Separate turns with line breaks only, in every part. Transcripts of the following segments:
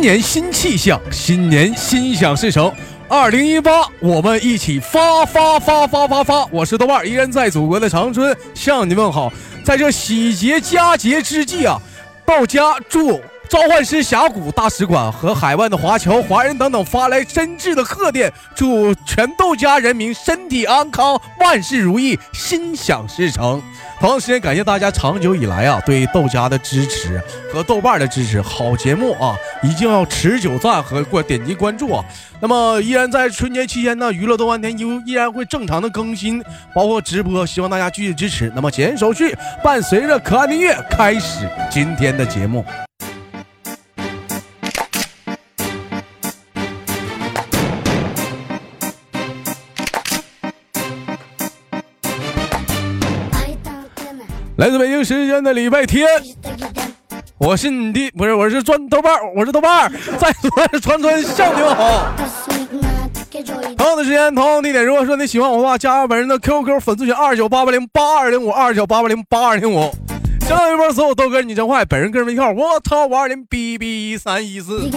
年新气象，新年心想事成。二零一八，我们一起发发发发发发！我是豆瓣儿，依然在祖国的长春向你问好。在这喜结佳节之际啊，到家祝召唤师峡谷大使馆和海外的华侨、华人等等发来真挚的贺电，祝全豆家人民身体安康、万事如意、心想事成。同样时间，感谢大家长久以来啊对豆家的支持啊和豆瓣儿的支持，好节目啊一定要持久赞和关点击关注啊。那么依然在春节期间呢，娱乐多半天依依然会正常的更新，包括直播，希望大家继续支持。那么前言手续，伴随着可爱的音乐开始今天的节目。来自北京时间的礼拜天，我是你的不是，我是专豆瓣儿，我是豆瓣儿，在祖国的长春向你们好。同样的时间，同样的地点。如果说你喜欢我的话，加本人的 QQ 粉丝群二九八八零八二零五二九八八零八二零五。新浪微博搜索豆哥你真坏，本人个人微信号我操五二零 B B 一三一四。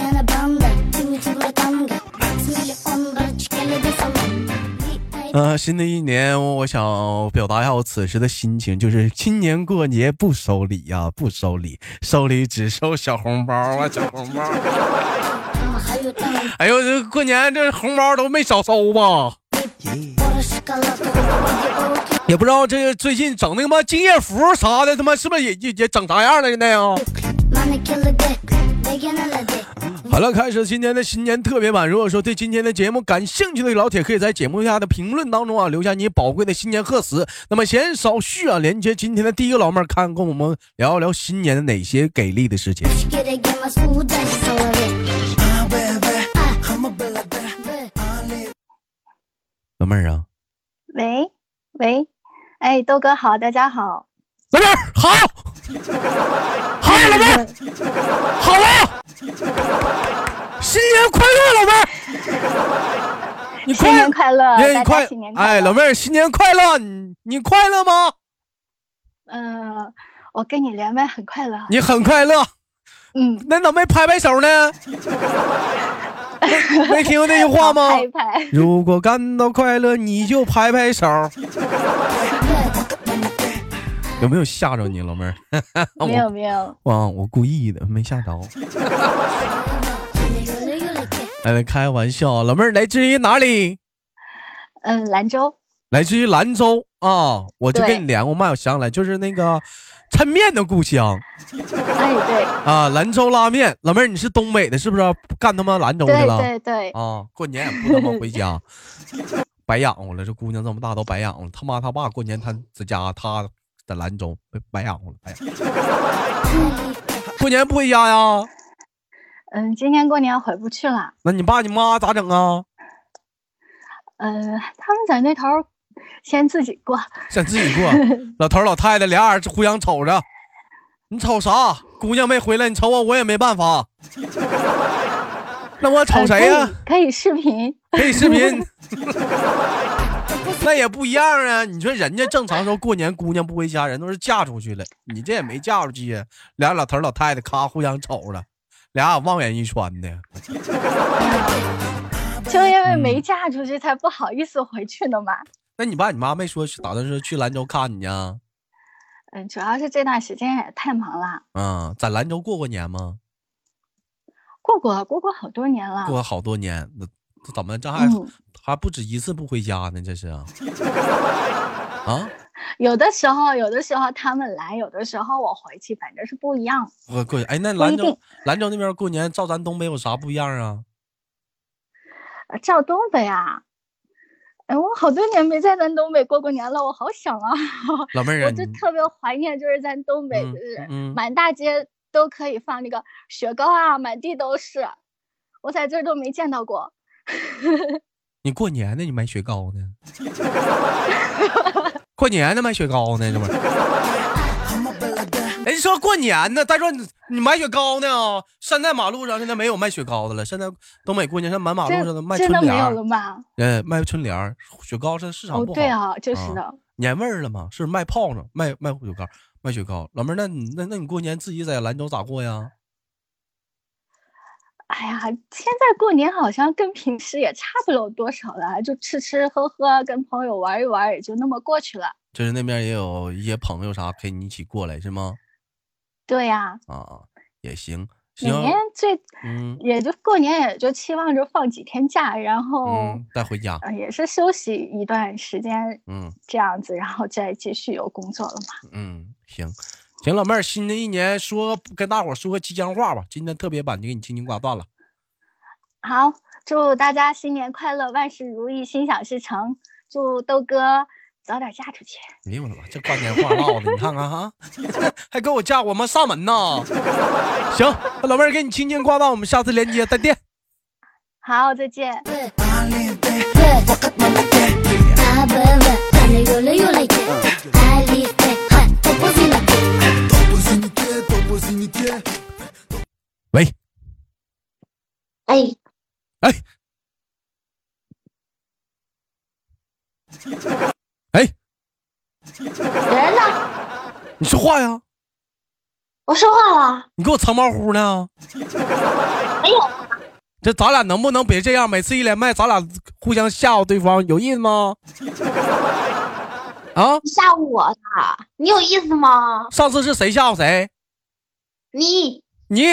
呃，新的一年，我想表达一下我此时的心情，就是今年过节不收礼呀、不收礼，收礼只收小红包啊，小红包。哎呦，这过年这红包都没少收吧？也不知道这个最近整那他妈敬业福啥的，他妈是不是也也也整啥样了？现在啊？好了，开始今天的新年特别版。如果说对今天的节目感兴趣的老铁，可以在节目下的评论当中啊，留下你宝贵的新年贺词。那么闲言少叙啊，连接今天的第一个老妹儿，看跟我们聊一聊新年的哪些给力的事情。老妹儿啊，
喂喂，哎，豆哥好，大家好。
老妹儿好，好呀，老妹儿，好了，新年快乐，老妹儿，你
新
快
年快乐，
哎
大
你
家
快
新年，快
哎，老
乐。
妹儿，新年快乐！你你快乐吗？
嗯、我跟你连麦很快乐。
你很快乐，
嗯，
那怎么没拍拍手 呢？没没听过这句话吗？啊
拍一 拍。
如果感到快乐，你就拍拍手。有没有吓着你，老妹儿？
没有没有，
啊，我故意的，没吓着。哎，开玩笑啊，老妹儿来自于哪里？
嗯，兰州。
来自于兰州啊，我就
对
跟你连过麦，我想起来，就是那个抻面的故乡
哎，对
啊，兰州拉面。老妹儿，你是东北的，是不是？干他妈兰州去
对
了
对对，
啊？过年也不他妈回家，白养活了。这姑娘这么大都白养活了，他妈他爸过年他在家，他在兰州哎白养活了，白养活了。 过年不回家呀？
嗯，今年过年回不去了。
那你爸你妈咋整啊？
嗯，他们在那头儿先自己过。
想自己过。老头儿老太太俩人互相瞅着，你瞅啥？姑娘没回来，你瞅我，我也没办法。 那我瞅
呃
谁呀、
可以可以视频。
可以视频。 那也不一样啊！你说人家正常时候过年，姑娘不回家，人都是嫁出去了，你这也没嫁出去呀。俩老头儿老太太咔互相瞅着，俩眼望眼一穿的。
就因为
嗯
没嫁出去，才不好意思回去的嘛。
那你爸你妈没说去打算说去兰州看你啊呀？
嗯，主要是这段时间也太忙了，
嗯，在兰州过过年吗？
过过过过好多年了。
过哎好多年，那这怎么这还、
嗯，
还不止一次不回家呢？这是 啊啊！
有的时候，有的时候他们来，有的时候我回去，反正是不一样。
我过去哎，那
不
兰
一
州
定
兰州那边过年，照咱东北有啥不一样啊？
呃照东北啊，哎，我好多年没在咱东北过过年了，我好想啊，
老妹儿啊，
我
你
就特别怀念，就是咱东北，
嗯
就是
嗯
满大街都可以放那个雪糕啊，满地都是，我在这儿都没见到过。
你过年呢？你买雪糕呢？过年呢买雪糕呢？这玩意儿。人家说过年呢，再说你你买雪糕呢、现在马路上现在没有卖雪糕的了，现在东北过年上满马路上都卖
真
春
的
联
没有了
儿，
吗？
嗯，卖春联儿，雪糕是市场
哦，
不好。
对啊，就是
啊
的，
年味儿了吗？是卖炮仗，卖卖雪糕，卖雪糕。老妹儿，那你那那你过年自己在兰州咋过呀？
哎呀，现在过年好像跟平时也差不了多少了，就吃吃喝喝，跟朋友玩一玩，也就那么过去了。
就是那边也有一些朋友啥陪你一起过来是吗？
对呀、
啊啊，也行。
每
行，
年最
嗯
也就过年也就期望着放几天假，然后、
嗯，带回家，
呃也是休息一段时间
嗯
这样子，然后再继续有工作了嘛。
嗯，行。行，老妹儿，新的一年说跟大伙儿说个吉祥话吧。今天特别版就给你轻轻挂断了。
好，祝大家新年快乐，万事如意，心想事成。祝豆哥早点嫁出去。
哎呦我的妈！这挂电话唠的，你看看哈， 还给我架我们上门呢。行，老妹儿给你轻轻挂断，我们下次连接再见。
好，再见。
وقت ما بدي
حبابة أنا يولا يولا يا أليفة ها تبوزينا
طب طب
喂，
أي
哎，哎，
人呢？
你说话呀？
我说话了，
你给我藏猫乎呢？
没有，
这咱俩能不能别这样？每次一连麦，咱俩互相吓唬对方，有意思吗？ 啊，
你吓唬我呢？你有意思吗？
上次是谁吓唬谁？
你
你，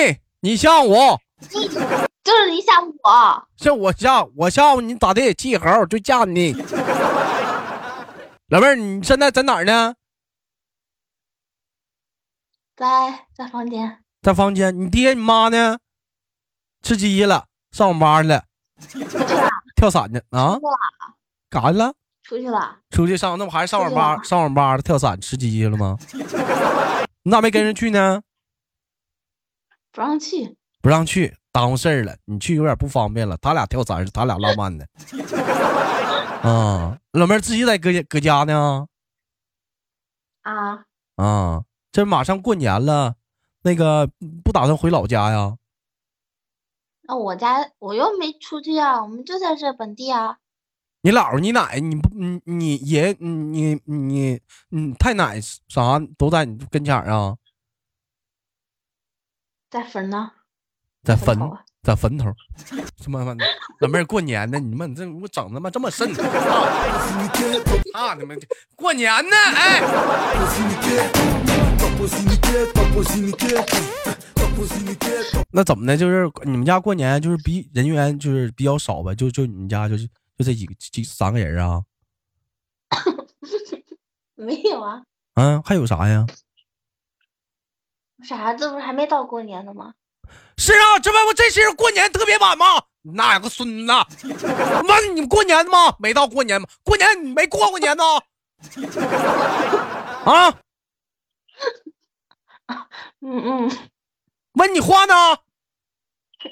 你吓唬我，
你就是你吓唬我，
像我吓我吓唬你，咋的也气猴，就吓你。老妹儿，你现在在哪儿呢？
在在房间，
在房间。你爹你妈呢？吃鸡了，上网吧了，跳伞去啊？干啥去了？
出去了，
出去上那不还是上网吧？上网吧了，跳伞吃鸡去了吗？你咋没跟人去呢？
不让去，
不让去，耽误事儿了。你去有点不方便了。他俩跳伞是他俩浪漫的。 啊，老妹儿自己在搁家搁家呢。
啊，
啊，这马上过年了，那个不打算回老家呀？
那我家我又没出去啊，我们就在这本地啊，
你姥儿、你奶、你不、你你爷、你你你你太奶啥都在你跟前儿啊，
在坟呢，
在坟
头啊
在坟头。他妈的，老妹儿过年呢，你们这我整他妈这么深呢？啊，你们过年呢？哎。那怎么的？就是你们家过年就是比人员就是比较少呗，就就你们家就是就这几个几三个人啊？
没有啊，
嗯，还有啥呀？
啥？这不是还没到过年呢吗？
是啊，这不我这是过年特别晚吗？那有个孙子，妈的，你们过年吗？没到过年吗？过年你没过过年呢？ 啊？
嗯嗯，
问你话呢？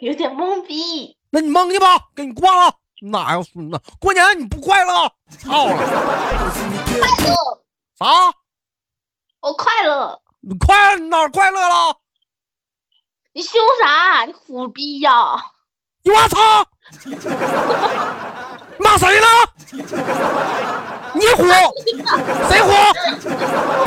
有点懵逼，
那你蒙去吧，给你挂了。哪有孙子？过年你不快乐？操了！
哦，
啥？
我快乐。
你快乐哪儿快乐了？
你凶啥？你虎逼呀、
你妈操！你 骂谁呢？你虎？谁虎？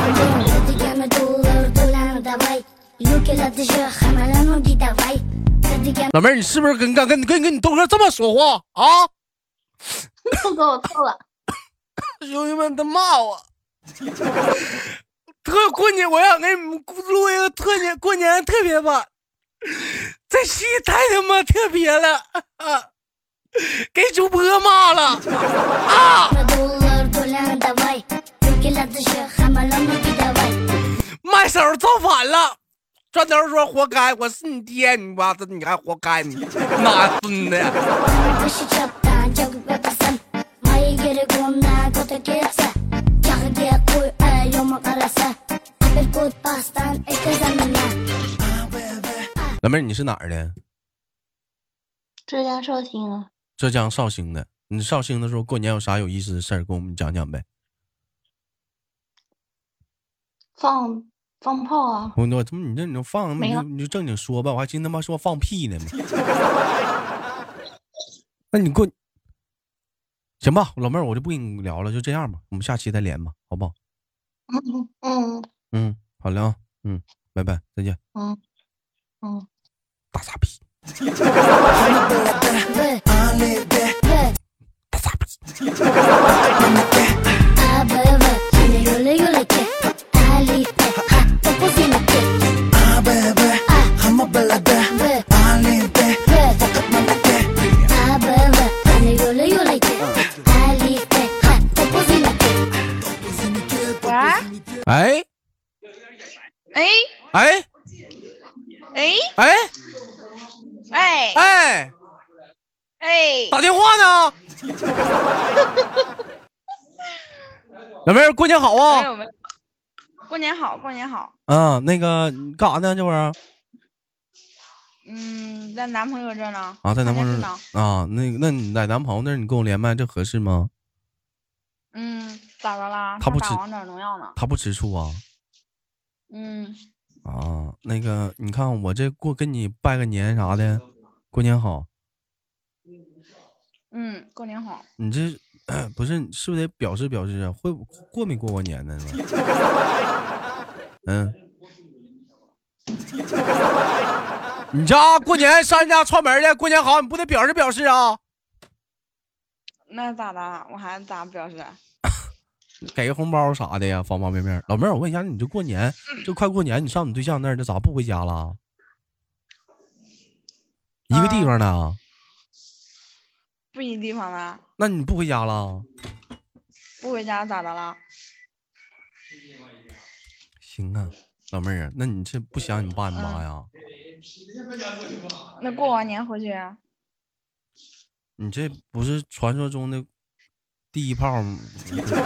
老妹儿，你是不是跟跟跟跟跟你豆哥这么说话啊？
都给我揍了！
兄弟们，他骂我。 特过年，我想给你们录一个特年过年特别版，这期太他妈特别了， 啊、给主播骂了。啊卖手造反了。砖头说：“活该，我是你爹，你妈的，你还活该，你哪孙子呀？老妹儿，你是哪儿的？
浙江绍兴啊，
浙江绍兴的。你绍兴的时候过年有啥有意思的事儿，跟我们讲讲呗？
放放炮啊，
我我他妈，你这你就放，
没
你就
了
你就正经说吧，我还寻思他妈说放屁呢。 那你过，行吧，老妹儿，我就不跟你聊了，就这样吧，我们下期再连吧，好不好？
嗯嗯
嗯，好了啊，嗯，拜拜，再见，
嗯嗯。
大傻逼。哎
哎
哎
哎
哎
哎
哎，
哎，
打电话 呢？ 老妹儿，过年好
哎
没
啊！
有没有，哎过年好，过年好。
嗯，那个你干啥呢？这会儿
嗯，在男朋友这儿呢。
啊，在男
谈
朋友
恋
那
爱呢。
儿啊，那个那你在男朋友那儿，你跟我连麦，这合适吗？
嗯，咋的啦？
他不
打
吃
王者荣耀呢。
他不吃醋啊？
嗯，
啊，那个你看我这过跟你拜个年啥的，过年好。
嗯，过年好。
你这 不是是不是得表示表示啊？会不过没过过年呢？是吧 嗯，你家过年上人家串门去，过年好，你不得表示表示啊？
那咋的？我还咋表示？
给个红包啥的呀，方方面面。老妹儿，我问一下，你这过年这快过年，你上你对象那儿，这咋不回家了？一个地方呢？
不一地方啦？
那你不回家了？
不回家咋的啦？
行啊，老妹儿啊，那你这不想你爸你妈呀？
那过完年回去啊？
你这不是传说中的第一炮吗？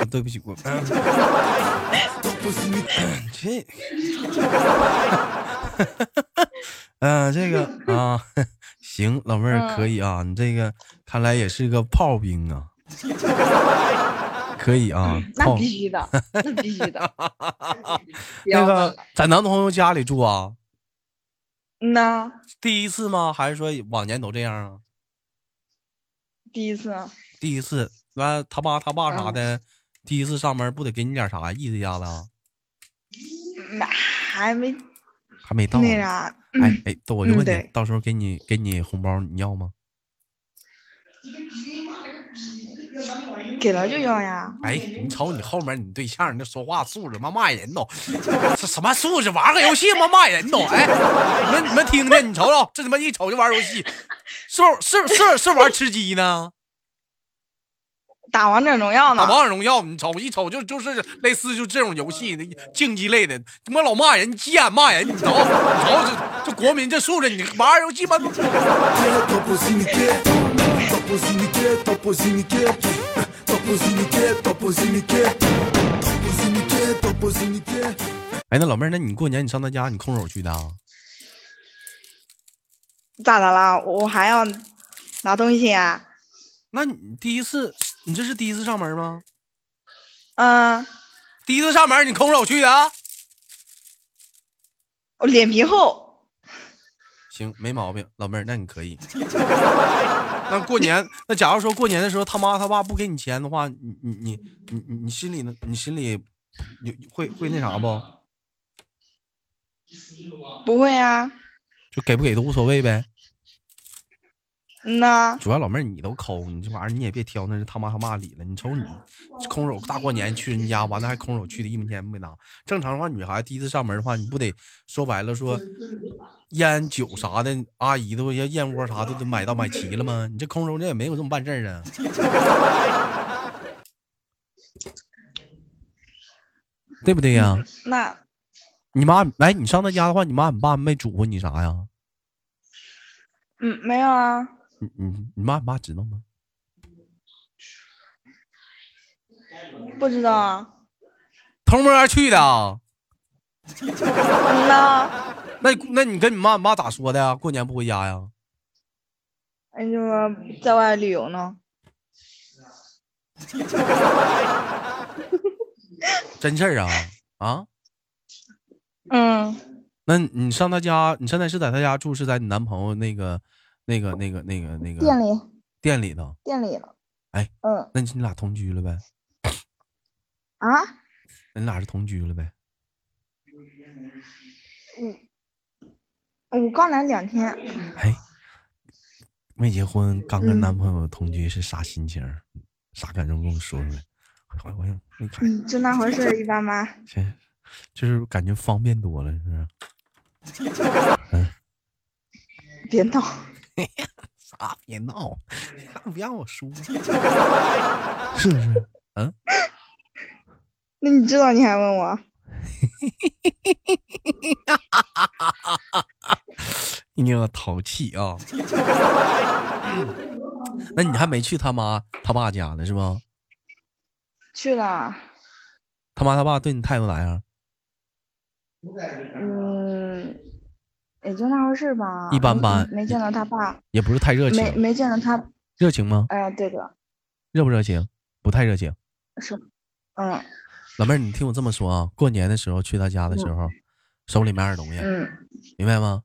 对不起，我 这，嗯、这个啊， 行，老妹儿
嗯
可以啊，你这个看来也是个炮兵 啊，可以啊，
嗯那
炮
必须的，那必须 的。
那个在男朋友家里住啊，
嗯呐，
第一次吗？还是说往年都这样啊？
第一次，
第一次，完他妈他
嗯
爸啥的，第一次上门不得给你点啥意思一下子啊？
那嗯还没
还没到呢
那啥。
哎哎，豆，我就
嗯
问你
对，
到时候给你给你红包，你要吗？
给了就要呀。
哎，你瞅
嗯
你后面你对象，你那说话素质妈骂人都，这什么素质？玩个游戏妈骂人都，哎，你们你们听听，你瞅瞅，这他妈一瞅就玩游戏，是不是是是玩吃鸡呢？
打王者荣耀呢
打？王者荣耀，你瞅一瞅就就是类似就这种游戏那竞技类的，他妈老骂人贱骂人，你瞅你瞅这这国民这素质，你玩游戏妈哎，那老妹儿，那你过年你上他家，你空手去的啊？
咋的啦？我还要拿东西啊？
那你第一次，你这是第一次上门吗？
嗯，
第一次上门你空手去的啊？
我脸皮厚，
行，没毛病，老妹儿，那你可以。那过年，那假如说过年的时候他妈他爸不给你钱的话，你你你你你你心里呢？你心里有会会那啥不？
不会啊？
就给不给都无所谓呗。
嗯呐，
主要老妹儿你都抠，你这玩意儿你也别挑那是他妈他妈理了。你瞅你空手大过年去人家，完了还空手去的，一分钱没拿。正常的话，女孩第一次上门的话，你不得说白了说烟酒啥的，阿姨都要燕窝啥的都买到买齐了吗？你这空手这也没有这么办事儿啊。对不对呀、
那
你妈哎，你上他家的话，你妈你爸没嘱咐你啥呀？
嗯没有啊？
你你你妈你爸知道吗？
不知道啊？
偷摸去的啊？
嗯呐，
那那你跟你妈你妈咋说的呀？过年不回家呀？
哎，你们在外旅游呢？
真事儿啊啊！
嗯，
那你你上他家，你现在是在他家住，是在你男朋友那个那个那个那个那个
店里
店里头？
店里了。
哎，
嗯
那你俩同居了呗？
啊，
那你俩是同居了呗？
我刚来两天，
哎，没结婚，刚跟
嗯
男朋友同居是啥心情儿？啥感受？跟我说出来。我我想没看，
嗯
就那回事儿一般般。
先就是感觉方便多了，是不是？
别闹，
啥？啊别闹， 不让我说， 是不是？
那你知道你还问我？
你定要淘气啊！ 那你还没去他妈他爸家呢是吧？
去了，
他妈他爸对你态度啊咋样？
嗯，也就那回事儿吧。嗯
一般般
没没见到他爸，
也不是太热情，
没没见到他。
热情吗？
哎呀，对的，
热不热情？不太热情。
是，嗯
老妹儿，你听我这么说啊，过年的时候去他家的时候，手里买点东西，
嗯，
明白吗？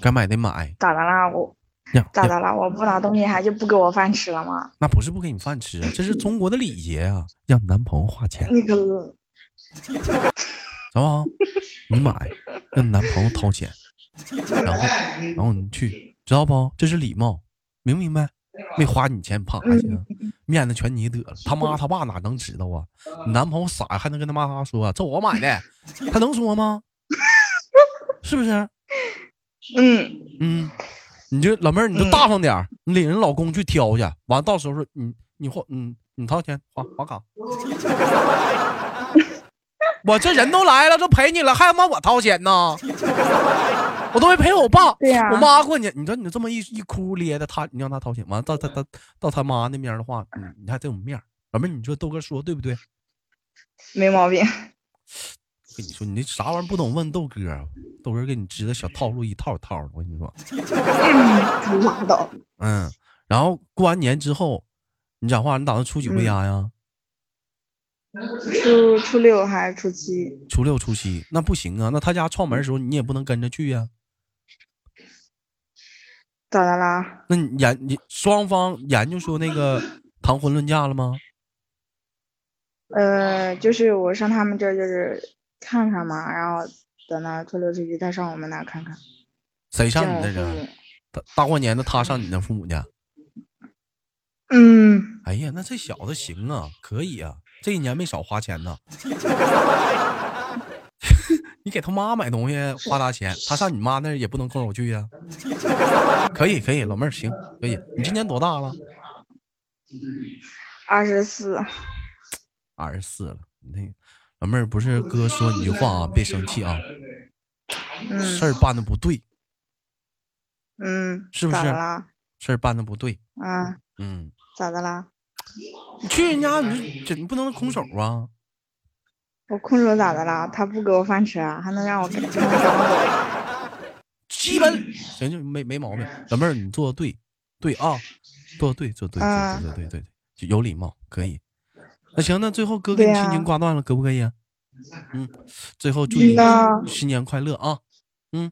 该买得买，
咋的啦？我
呀
嗯咋
呀
的啦？我不拿东西还就不给我饭吃了吗？
那不是不给你饭吃啊，这是中国的礼节啊，让男朋友花钱，
你可
走啊，你买，让你男朋友掏钱，然后然后你去，知道不？这是礼貌，明不明白？没花你钱，怕还行，面子全你得了。他妈他爸哪能知道啊？你男朋友傻还能跟他妈他说、这我买的，他能说吗？是不是？
嗯，
嗯，你就老妹儿，你就大方点儿，你领人老公去挑去，完到时候你你花嗯你掏钱花花卡，我这人都来了，都陪你了，还他妈我掏钱呢？ 我都没陪我爸，
对啊呀
我妈过年，你说你这么一一哭咧的，他你让他掏钱，完到他他到他妈那边的话，你你还得有面儿。老妹儿，你说豆哥说对不对？
没毛病。
跟你说，你这啥玩意儿不懂问豆哥啊，豆哥给你支的小套路一套一套的，我跟你说。
拉倒。
嗯，然后过完年之后，你讲话，你打算初几回家呀？
初初六还是初七？
初六、初七那不行啊，那他家串门的时候你也不能跟着去呀、
咋的啦？
那你研你双方研究说那个谈婚论嫁了吗？
呃，就是我上他们这儿就是看看嘛，然后等到初六初七再上我们那儿看看。
谁上
见
你那啊
我父母
人？大大过年的他上你那父母去？
嗯，
哎呀，那这小子行啊，可以啊，这一年没少花钱呐。 你给他妈买东西花大钱，他上你妈那儿也不能空手去呀、 可以可以，老妹儿行，可以。你今年多大了？
二十四。
二十四了，你那个老妹儿不是哥说你一句话啊，别生气啊，事
嗯
儿办的不对，
嗯，
是不
咋
是
的啦？
事儿办的不对，
啊，
嗯，
咋的啦？
你去人家你就你不能空手啊，
我空手咋的啦？他不给我饭吃啊，还能让我跟他们赶我走啊？
基本行就没没毛病，老妹儿你做的对，对啊，做的对，做得对，做
嗯
得对，做得对对对，就有礼貌，可以。那行，那最后哥给你
对
亲
呀
情挂断了，可不可以啊？嗯，最后祝你
呐
新年快乐啊！
嗯，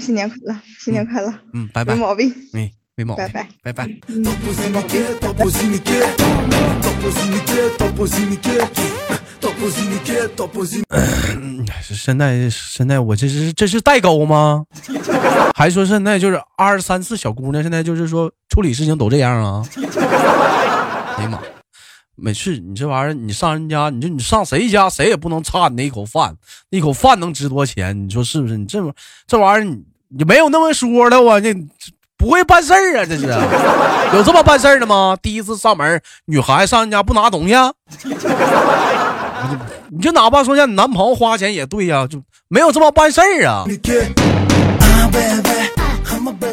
新年快乐，新年快乐，
嗯，拜拜
没，毛病。
嗯，没毛病拜
拜拜，
拜。嗯，是现在现在我这是这是代沟吗？ 还说现在就是二十三四小姑娘，现在就是说处理事情都这样啊？ 哎呀妈！每次你这玩意儿，你上人家，你就你上谁家，谁也不能差你那一口饭，那口饭能值多少钱？你说是不是？你这玩这玩意儿，你你没有那么说的，我这不会办事儿啊，这是有这么办事儿的吗？第一次上门，女孩上人家不拿东西、啊。你就哪怕说让你男朋友花钱也对呀、就没有这么办事儿啊。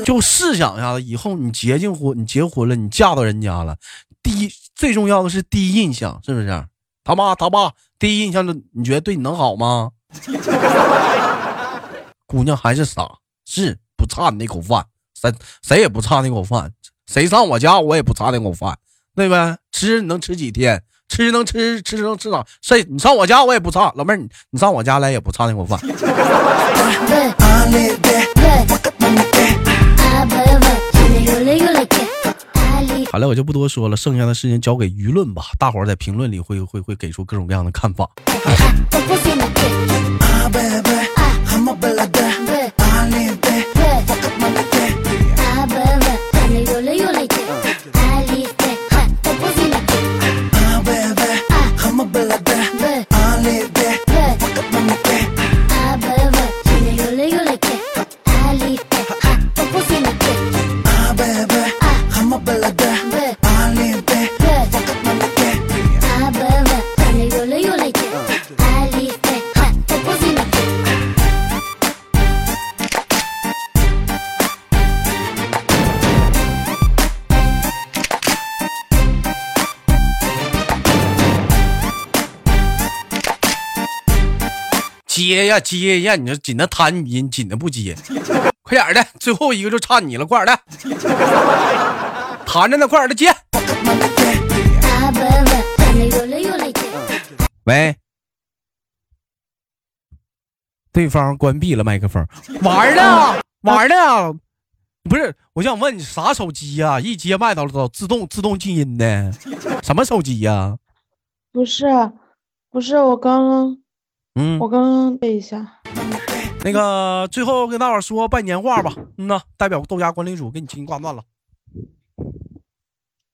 就试想一下子，以后你结进婚，你结婚了，你嫁到人家了，第一最重要的是第一印象，是不是？他妈他爸第一印象就，你觉得对你能好吗？ 姑娘还是傻，是不差你那口饭，谁谁也不差那口饭，谁上我家我也不差那口饭，对呗？吃你能吃几天？吃能吃吃能吃啥？谁你上我家我也不差，老妹儿你你上我家来也不差那口饭。 好了，我就不多说了，剩下的事情交给舆论吧，大伙儿在评论里会会会给出各种各样的看法。
Ah baby, I'm a ballad. I live there.
接呀接呀，你说紧的弹你紧的不接， 快点儿的，最后一个就差你了，快点儿的，弹着呢，快点儿的 接。喂，对方关闭了麦克风，玩儿呢，玩儿呢，不是，我想问你啥手机呀、一接麦到到自动自动静音的，什么手机呀、
不是，啊不是，我刚刚，
嗯，
我刚刚背一下，
那个最后跟大伙儿说拜年话吧，嗯呐，代表豆家管理组给你亲挂断了，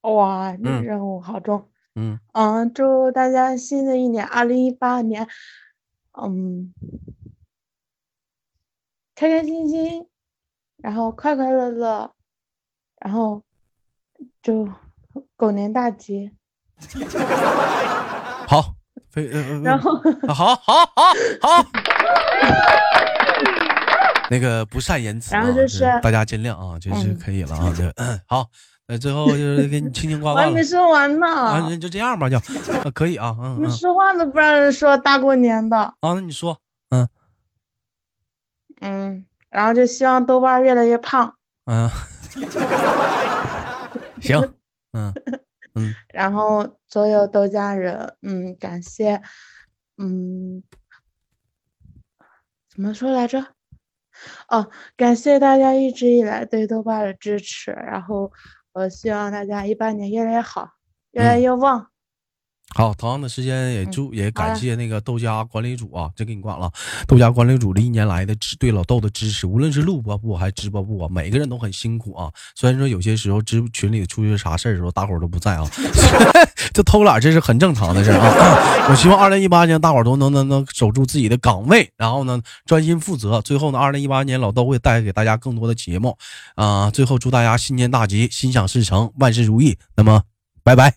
哇，这
嗯
任务好重。
嗯，
嗯，祝大家新的一年，二零一八年，嗯，开开心心，然后快快乐乐，然后祝狗年大吉，
好，非呃呃
然后
啊好好好好。那个不善言辞、啊，
然后就是
大家尽量啊，就是
嗯
可以了啊。这、嗯、好，那最后就是给你亲亲挂
我
挂
还
了
没说完呢，
啊，那就这样吧，就、啊可以啊，嗯
你
嗯
们说话都不让人说，大过年的，
啊，那你说，
嗯，然后就希望豆瓣儿越来越胖，
嗯、 行，嗯嗯，
然后所有豆家人，嗯，感谢，嗯，怎么说来着？哦，感谢大家一直以来对豆瓣的支持，然后我希望大家一八年越来越好，越来
嗯
越旺。
好，同样的时间也祝、也
好
感
了
谢那个豆家管理组啊，这给你挂了啊。豆家管理组这一年来的支对老豆的支持，无论是录播部还是直播部啊，每个人都很辛苦啊。虽然说有些时候直群里出去啥事儿的时候，大伙儿都不在啊， 这偷懒这是很正常的事儿啊。 我希望二零一八年大伙儿都能能能守住自己的岗位，然后呢专心负责。最后呢，二零一八年老豆会带给大家更多的节目啊、最后祝大家新年大吉，心想事成，万事如意。那么，拜拜。